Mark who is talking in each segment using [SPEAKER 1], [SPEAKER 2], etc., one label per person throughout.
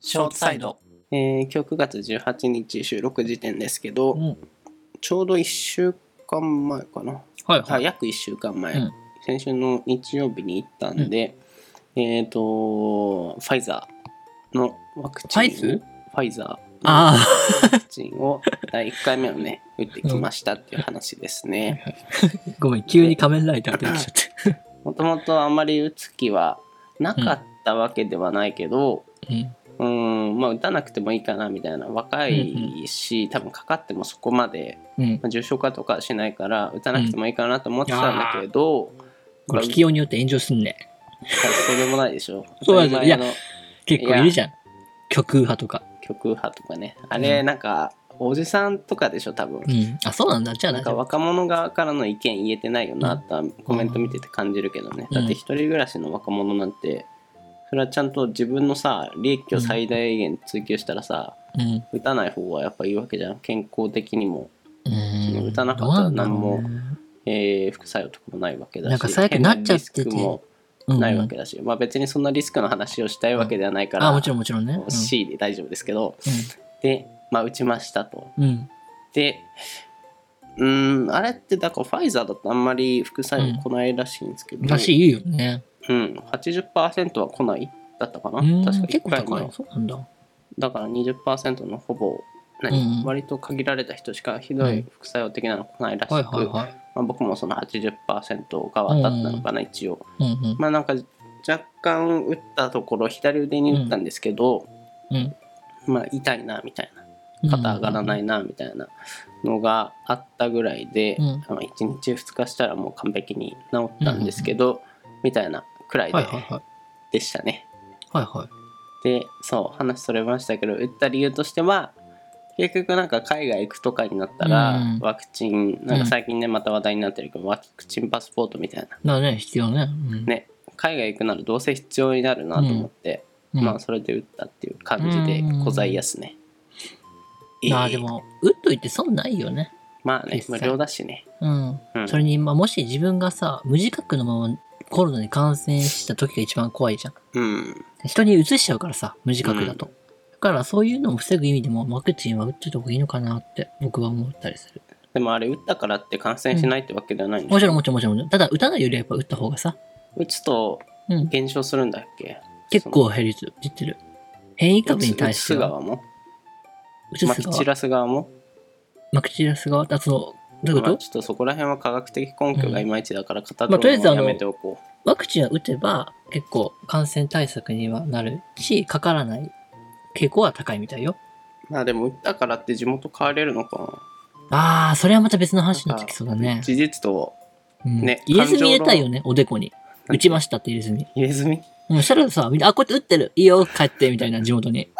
[SPEAKER 1] ショートサイド。
[SPEAKER 2] えー今日9月18日収録時点ですけど、
[SPEAKER 1] うん
[SPEAKER 2] ちょうど1週間前かな、
[SPEAKER 1] はい
[SPEAKER 2] あ
[SPEAKER 1] はい。
[SPEAKER 2] 約1週間前、
[SPEAKER 1] うん
[SPEAKER 2] 先週の日曜日に行ったんで、えっ、と、ファイザーのワクチン、
[SPEAKER 1] ファイズ
[SPEAKER 2] ファイザーのワ
[SPEAKER 1] あ
[SPEAKER 2] クチンを第1回目をね、打ってきましたっていう話ですね。
[SPEAKER 1] あ、ごめん、急に仮面ライダー出てきちゃって。
[SPEAKER 2] もともとあまり打つ気はなかったわけではないけど、
[SPEAKER 1] うん
[SPEAKER 2] うーんまあ打たなくてもいいかなみたいな若いし、多分かかってもそこまで、
[SPEAKER 1] うん。
[SPEAKER 2] まあ重症化とかはしないから打たなくてもいいかなと思ってたんだけど、
[SPEAKER 1] これ、聞きようによって炎上すんね。
[SPEAKER 2] そうでもないでしょ
[SPEAKER 1] そうなん
[SPEAKER 2] 当
[SPEAKER 1] だ
[SPEAKER 2] た
[SPEAKER 1] い
[SPEAKER 2] り
[SPEAKER 1] や
[SPEAKER 2] 前の
[SPEAKER 1] 結構いるじゃん。極右派とか。
[SPEAKER 2] 極右派とかねあれ
[SPEAKER 1] うん
[SPEAKER 2] なんかおじさんとかでしょ多分、
[SPEAKER 1] うん。あ、そうなんだ。じゃあ
[SPEAKER 2] なん
[SPEAKER 1] 大
[SPEAKER 2] か
[SPEAKER 1] 丈夫。
[SPEAKER 2] 若者側からの意見言えてないよなとはコメント見てて感じるけどね、
[SPEAKER 1] うん
[SPEAKER 2] だって一人暮らしの若者なんてそれはちゃんと自分のさ利益を最大限追求したらさ、
[SPEAKER 1] うん。
[SPEAKER 2] 打たない方がやっぱいいわけじゃん健康的にも
[SPEAKER 1] うん。
[SPEAKER 2] 打たなかったら
[SPEAKER 1] どう
[SPEAKER 2] 何も
[SPEAKER 1] んだろうね
[SPEAKER 2] えー副作用とかもないわけだし
[SPEAKER 1] なんか最悪なっちゃってて
[SPEAKER 2] 変リスクも
[SPEAKER 1] うん
[SPEAKER 2] ないわけだし、まあ、別にそんなリスクの話をしたいわけではないから、
[SPEAKER 1] あ、もちろんもちろんね。
[SPEAKER 2] 惜しいで大丈夫ですけど
[SPEAKER 1] う
[SPEAKER 2] で、まあ、打ちましたと
[SPEAKER 1] ん。うん。
[SPEAKER 2] でうーんあれってだからファイザーだとあんまり副作用来ないらしいんですけど、
[SPEAKER 1] らしいよね。
[SPEAKER 2] うん、80%は来ないだったかな、
[SPEAKER 1] うん
[SPEAKER 2] 確か
[SPEAKER 1] 結構
[SPEAKER 2] 1回
[SPEAKER 1] 高
[SPEAKER 2] 目
[SPEAKER 1] い。
[SPEAKER 2] は
[SPEAKER 1] そうなんだ。
[SPEAKER 2] だから20%のほぼ
[SPEAKER 1] うん
[SPEAKER 2] 何、
[SPEAKER 1] うん
[SPEAKER 2] 割と限られた人しかひどい副作用的なの来ないらしく、
[SPEAKER 1] はいはいはい。
[SPEAKER 2] まあ、僕もその80%側だったのかな、一応
[SPEAKER 1] うんうん。
[SPEAKER 2] まあなんか若干打ったところ左腕に打ったんですけど、
[SPEAKER 1] うん
[SPEAKER 2] まあ痛いなみたい
[SPEAKER 1] うん
[SPEAKER 2] な肩上がらないなみたいなのがあったぐらいで、
[SPEAKER 1] うん
[SPEAKER 2] あの1日2日したらもう完璧に治ったんですけど、みたいなくらい
[SPEAKER 1] は
[SPEAKER 2] で
[SPEAKER 1] いはいはい。
[SPEAKER 2] でしたね。
[SPEAKER 1] はいはい。
[SPEAKER 2] でそう話それましたけど打った理由としては結局なんか海外行くとかになったら、
[SPEAKER 1] うん
[SPEAKER 2] ワクチンなんか最近ねまた話題になってるけどワクチンパスポートみたいな
[SPEAKER 1] だね、必要ね。うん
[SPEAKER 2] ね、海外行くならどうせ必要になるなと思って、
[SPEAKER 1] うん
[SPEAKER 2] まあそれで打ったっていう感じで
[SPEAKER 1] うん
[SPEAKER 2] ございやすね。ええ
[SPEAKER 1] ああ、でも、打っといて損ないよね。
[SPEAKER 2] まあね
[SPEAKER 1] 実
[SPEAKER 2] 無
[SPEAKER 1] 際
[SPEAKER 2] 料だしね。
[SPEAKER 1] うん。
[SPEAKER 2] うん
[SPEAKER 1] それに、まあ、もし自分がさ、無自覚のままコロナに感染した時が一番怖いじゃん。
[SPEAKER 2] うん
[SPEAKER 1] 人に移しちゃうからさ、無自覚だと。だから、そういうのを防ぐ意味でも、ワクチンは打っといた方がいいのかなって、僕は思ったりする。
[SPEAKER 2] でもあれ打ったからって感染しないってわけではないんで
[SPEAKER 1] も
[SPEAKER 2] し
[SPEAKER 1] ち
[SPEAKER 2] ょ
[SPEAKER 1] ろん、もちろん、もちろん。ただ、打たないよりはやっぱ打った方がさ、
[SPEAKER 2] 打つと
[SPEAKER 1] うん。
[SPEAKER 2] 減少するんだっけ
[SPEAKER 1] 結構減りつ言ってる。変異
[SPEAKER 2] 打
[SPEAKER 1] 株
[SPEAKER 2] つ
[SPEAKER 1] に
[SPEAKER 2] 打
[SPEAKER 1] 対
[SPEAKER 2] つ
[SPEAKER 1] しては、
[SPEAKER 2] 側も
[SPEAKER 1] 打つ
[SPEAKER 2] まき散
[SPEAKER 1] 側、
[SPEAKER 2] らす側も
[SPEAKER 1] マクチラス側、あ、その、どういう
[SPEAKER 2] まあ
[SPEAKER 1] こ
[SPEAKER 2] ちょっとそこら辺は科学的根拠がいまいちだから語
[SPEAKER 1] まあとりあえ
[SPEAKER 2] る
[SPEAKER 1] ず
[SPEAKER 2] の
[SPEAKER 1] あ
[SPEAKER 2] は
[SPEAKER 1] の
[SPEAKER 2] やめておこう。
[SPEAKER 1] とワクチンは打てば、結構感染対策にはなるし、かからない傾向は高いみたいよ。
[SPEAKER 2] まあでも打ったからって地元帰れるのか
[SPEAKER 1] ああ、それはまた別の話になってきそうだ
[SPEAKER 2] な
[SPEAKER 1] ね。
[SPEAKER 2] 事実と
[SPEAKER 1] うん
[SPEAKER 2] ね
[SPEAKER 1] 入れ墨入れたいよね、おでこに。
[SPEAKER 2] なんて
[SPEAKER 1] 打ちましたって入れ墨。
[SPEAKER 2] 入れ墨
[SPEAKER 1] うん、したらさ、みんな、あ、こうやって打ってる。いいよ、帰って、みたいな、地元に。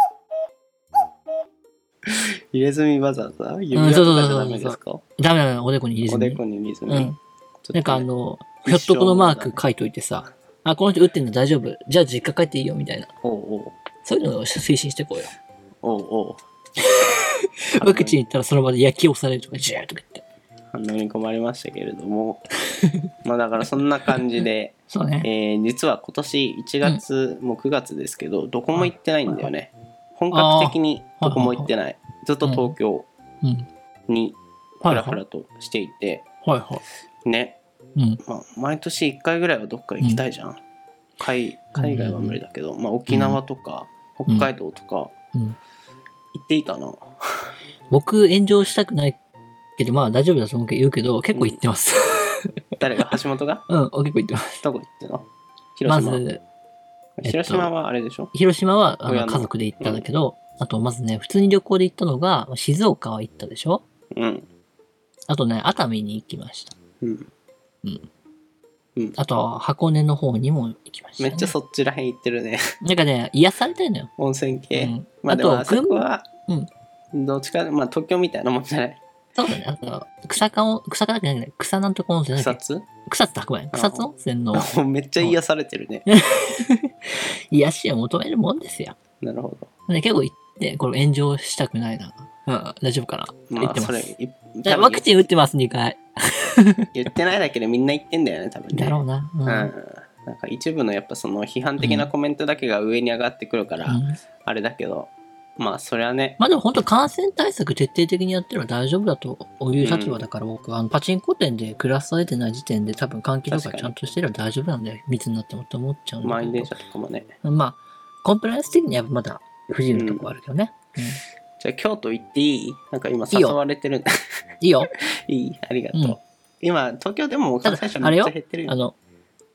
[SPEAKER 2] 入れ墨わざわざ指輪とかじゃダメですか
[SPEAKER 1] ダメだな、おでこに入れ
[SPEAKER 2] お
[SPEAKER 1] 墨。
[SPEAKER 2] でこに入れ墨、
[SPEAKER 1] う
[SPEAKER 2] ちょ
[SPEAKER 1] ん。
[SPEAKER 2] っと
[SPEAKER 1] な
[SPEAKER 2] ね
[SPEAKER 1] んかあの、ひょっとこのマーク書いといてさ、あ、この人打ってんの大丈夫。じゃあ実家帰っていいよ、みたいな。
[SPEAKER 2] おうおう
[SPEAKER 1] そういうのを推進していこうよ。
[SPEAKER 2] おうおう
[SPEAKER 1] ワクチン行ったらその場で焼き押されるとか、ジューとか言って。
[SPEAKER 2] 反応に困りましたけれども まあだからそんな感じで、
[SPEAKER 1] そうね。
[SPEAKER 2] えー実は今年1月、もう9月ですけどどこも行ってないんだよね本格的にどこも行ってないずっと東京
[SPEAKER 1] うん。
[SPEAKER 2] にふ
[SPEAKER 1] はい
[SPEAKER 2] ら
[SPEAKER 1] は
[SPEAKER 2] ふ
[SPEAKER 1] い
[SPEAKER 2] ら。としていて
[SPEAKER 1] はいは
[SPEAKER 2] ね、
[SPEAKER 1] い。うん。
[SPEAKER 2] まあ、毎年1回ぐらいはどっか行きたいじゃん、海海外は無理だけど、まあ、沖縄とか
[SPEAKER 1] うん
[SPEAKER 2] 北海道とか
[SPEAKER 1] うん。
[SPEAKER 2] 行っていいかな、
[SPEAKER 1] 僕、炎上したくないけど、まあ大丈夫だと思うけど、言うけど、結構行ってます。
[SPEAKER 2] 誰が橋本が
[SPEAKER 1] うん、結構行ってます。
[SPEAKER 2] どこ行ってんの
[SPEAKER 1] ま
[SPEAKER 2] 広島、
[SPEAKER 1] ず、えっと
[SPEAKER 2] 広島はあれでしょ
[SPEAKER 1] 広島はあ
[SPEAKER 2] 親
[SPEAKER 1] の
[SPEAKER 2] の
[SPEAKER 1] 家族で行ったんだけど、あとまずね、普通に旅行で行ったのが、静岡は行ったでしょ
[SPEAKER 2] うん。
[SPEAKER 1] あとね、熱海に行きました。
[SPEAKER 2] うん。
[SPEAKER 1] あとは箱根の方にも行きました、
[SPEAKER 2] め
[SPEAKER 1] ね。
[SPEAKER 2] っちゃそっちらへん行ってるね。
[SPEAKER 1] なんかね、癒されたいのよ。
[SPEAKER 2] 温泉系。
[SPEAKER 1] うん
[SPEAKER 2] まあでもあ
[SPEAKER 1] あと、
[SPEAKER 2] そ
[SPEAKER 1] 群
[SPEAKER 2] こ
[SPEAKER 1] 馬、
[SPEAKER 2] は、
[SPEAKER 1] うん
[SPEAKER 2] どっちか、まあ東京みたいなもんじゃない。
[SPEAKER 1] そうだね、あと、草かお、草かだけじゃない、草なんとか温泉だ
[SPEAKER 2] 草
[SPEAKER 1] っけ
[SPEAKER 2] 津
[SPEAKER 1] 草津だ、ごめん。草津温泉の
[SPEAKER 2] めっちゃ癒されてるね。
[SPEAKER 1] 癒しを求めるもんですよ。
[SPEAKER 2] なるほど。
[SPEAKER 1] ね、結構行って、これ炎上したくないな。うん、大丈夫かな。行っ
[SPEAKER 2] まあ
[SPEAKER 1] てま
[SPEAKER 2] それ、
[SPEAKER 1] す。
[SPEAKER 2] い
[SPEAKER 1] じゃあ
[SPEAKER 2] 多分
[SPEAKER 1] ワクチン打ってます、2回。
[SPEAKER 2] 言ってないだけでみんな言ってんだよね、多分ね。
[SPEAKER 1] だろうな。うん
[SPEAKER 2] うん。なんか一部のやっぱその批判的なコメントだけが上に上がってくるから、
[SPEAKER 1] うん
[SPEAKER 2] あれだけどまあそれはね
[SPEAKER 1] まあでも本当感染対策徹底的にやってれば大丈夫だという立場だから、僕はあのパチンコ店でクラスされてない時点で多分換気と
[SPEAKER 2] 確
[SPEAKER 1] か
[SPEAKER 2] かに
[SPEAKER 1] ちゃんとしてれば大丈夫なんだよ。密になってもと思っちゃうんだ
[SPEAKER 2] 満
[SPEAKER 1] け
[SPEAKER 2] 員
[SPEAKER 1] ど
[SPEAKER 2] 電。車とかもね
[SPEAKER 1] まあ、コンプライアンス的にはまだ不自由なとこあるけどね。うん
[SPEAKER 2] じゃあ京都行っていいなんか今
[SPEAKER 1] いい
[SPEAKER 2] 誘
[SPEAKER 1] よ
[SPEAKER 2] われてるんだ
[SPEAKER 1] いいよ。
[SPEAKER 2] いいありがとう、
[SPEAKER 1] うん
[SPEAKER 2] 今東京でも感染者
[SPEAKER 1] ただあれ
[SPEAKER 2] め
[SPEAKER 1] よ
[SPEAKER 2] っちゃ減ってるよ
[SPEAKER 1] あの、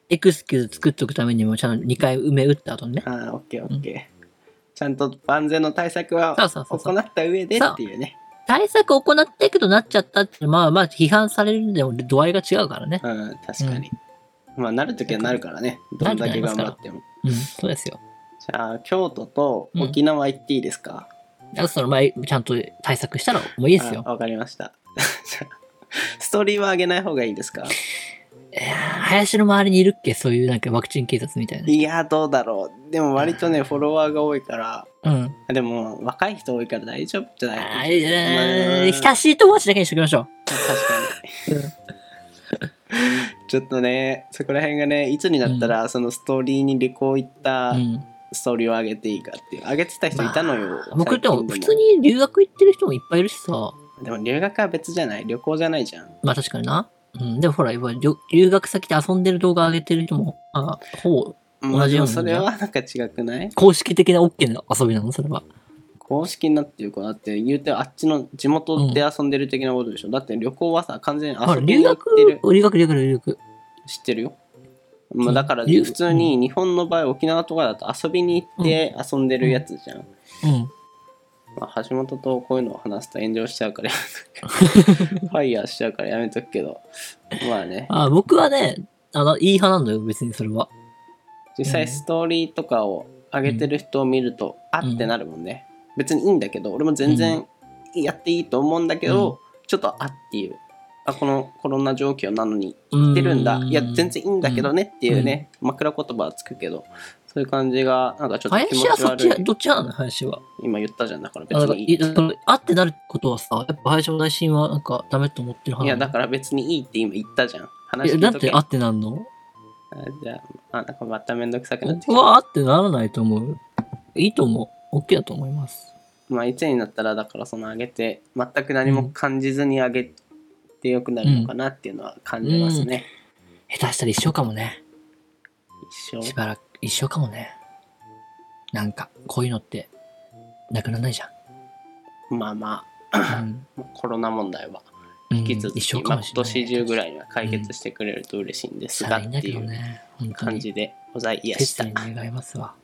[SPEAKER 1] エクスキューズ作っとくためにもちゃんと2回埋め打った後にね。
[SPEAKER 2] ああオッケーオッケー、ちゃんと万全の対策は
[SPEAKER 1] そうそうそうそ
[SPEAKER 2] 行
[SPEAKER 1] う。
[SPEAKER 2] った上でっていうね
[SPEAKER 1] 対策行っていくとなっちゃったって、まあまあ批判されるんでも度合いが違うからね。
[SPEAKER 2] うん確かに、まあなる時はなるからねどんだけ頑張っても
[SPEAKER 1] うん、そうですよ。
[SPEAKER 2] じゃあ京都と沖縄行っていいですか、
[SPEAKER 1] あとその前、ちゃんと対策したらもういいですよ
[SPEAKER 2] あ。わかりました じゃあストーリーは上げない方がいいですか
[SPEAKER 1] えー林の周りにいるっけそういうなんかワクチン警察みたい
[SPEAKER 2] いやどうだろうでも割とねフォロワーが多いから
[SPEAKER 1] な。うん。
[SPEAKER 2] でも若い人多いから大丈夫じゃ
[SPEAKER 1] あ
[SPEAKER 2] ない
[SPEAKER 1] ーえー
[SPEAKER 2] まあ
[SPEAKER 1] 親しい友達だけにしときましょ
[SPEAKER 2] 確かに、 ちょっとねそこら辺がねいつになったらそのストーリーに旅行行っ
[SPEAKER 1] う。
[SPEAKER 2] た
[SPEAKER 1] うん。
[SPEAKER 2] ストーリーを上げていいかっていう上げてた人いたのよ、
[SPEAKER 1] 僕
[SPEAKER 2] 最近
[SPEAKER 1] でも普通に留学行ってる人もいっぱいいるしさ。
[SPEAKER 2] でも留学は別じゃない旅行じゃないじゃん
[SPEAKER 1] まあ確かにな。うん、でもほら、今留留学先で遊んでる動画上げてる人も、あほぼ
[SPEAKER 2] まあ
[SPEAKER 1] 同じような
[SPEAKER 2] でもそれはなんか違くない
[SPEAKER 1] 公式的な OK な遊びなのそれは。
[SPEAKER 2] 公式になってる子だって言うてあっちの地元で遊んでる的なことでしょ、だって旅行はさ完全に
[SPEAKER 1] ほ
[SPEAKER 2] 遊
[SPEAKER 1] ら
[SPEAKER 2] び
[SPEAKER 1] 留
[SPEAKER 2] に行っ
[SPEAKER 1] 学
[SPEAKER 2] てる、
[SPEAKER 1] 留学、留学、留学。
[SPEAKER 2] 知ってるよ、まあ、だから
[SPEAKER 1] うん留
[SPEAKER 2] 普通に日本の場合沖縄とかだと遊びに行って遊んでるやつじゃん、
[SPEAKER 1] うん。
[SPEAKER 2] まあ、橋本とこういうのを話すと炎上しちゃうからや めとくファイヤーしちゃうからやめとくけどまあね
[SPEAKER 1] あ僕はね、あの、いい派なんだよ、別にそれは。
[SPEAKER 2] 実際ストーリーとかを上げてる人を見ると、あってなるもんね別にいいんだけど俺も全然やっていいと思うんだけど、
[SPEAKER 1] う
[SPEAKER 2] ちょっとあっていうあこのコロナ状況なのに
[SPEAKER 1] 言
[SPEAKER 2] ってるんだいや全。然いいんだけどねっていうね、枕言葉はつくけどそういう感じがなんかちょっと気持
[SPEAKER 1] 林は
[SPEAKER 2] ち
[SPEAKER 1] そっ
[SPEAKER 2] 悪
[SPEAKER 1] ち、
[SPEAKER 2] い
[SPEAKER 1] どっちなの林は。
[SPEAKER 2] 今言ったじゃんだから別
[SPEAKER 1] あだから
[SPEAKER 2] にい
[SPEAKER 1] い
[SPEAKER 2] い
[SPEAKER 1] だからあってなることはさ、やっぱ林の内心はなんかダメと思ってる派
[SPEAKER 2] いや
[SPEAKER 1] な
[SPEAKER 2] だ
[SPEAKER 1] の
[SPEAKER 2] から別にいいって今言ったじゃん
[SPEAKER 1] い
[SPEAKER 2] 話
[SPEAKER 1] や
[SPEAKER 2] 聞
[SPEAKER 1] だ
[SPEAKER 2] い
[SPEAKER 1] っ
[SPEAKER 2] とけ
[SPEAKER 1] てあってなんの
[SPEAKER 2] あじゃああなんかまためんどくさくなってき
[SPEAKER 1] 僕
[SPEAKER 2] た
[SPEAKER 1] はあってならないと思う。いいと思う。OK だと思います。
[SPEAKER 2] まあ、いつになったらだからその上げて全く何も感じずに上げてよくなるのかなっていうのは感じますね、
[SPEAKER 1] 下手したら一生かもね。
[SPEAKER 2] 一
[SPEAKER 1] し
[SPEAKER 2] 生
[SPEAKER 1] ばらく、一生かもね。なんか、こういうのって、なくならないじゃん。
[SPEAKER 2] まあま
[SPEAKER 1] うん
[SPEAKER 2] あコロナ問題は
[SPEAKER 1] うん
[SPEAKER 2] 引き続き、
[SPEAKER 1] 一生
[SPEAKER 2] ま
[SPEAKER 1] か
[SPEAKER 2] あ
[SPEAKER 1] も
[SPEAKER 2] 今
[SPEAKER 1] しれない。
[SPEAKER 2] 年中ぐらいには解決してくれると嬉しいんです
[SPEAKER 1] さ
[SPEAKER 2] が
[SPEAKER 1] らいい
[SPEAKER 2] っ
[SPEAKER 1] んだ
[SPEAKER 2] て
[SPEAKER 1] け
[SPEAKER 2] い
[SPEAKER 1] ど
[SPEAKER 2] う
[SPEAKER 1] ね。本当
[SPEAKER 2] 感
[SPEAKER 1] に。
[SPEAKER 2] じでございやし
[SPEAKER 1] 切
[SPEAKER 2] た
[SPEAKER 1] に願いますわ。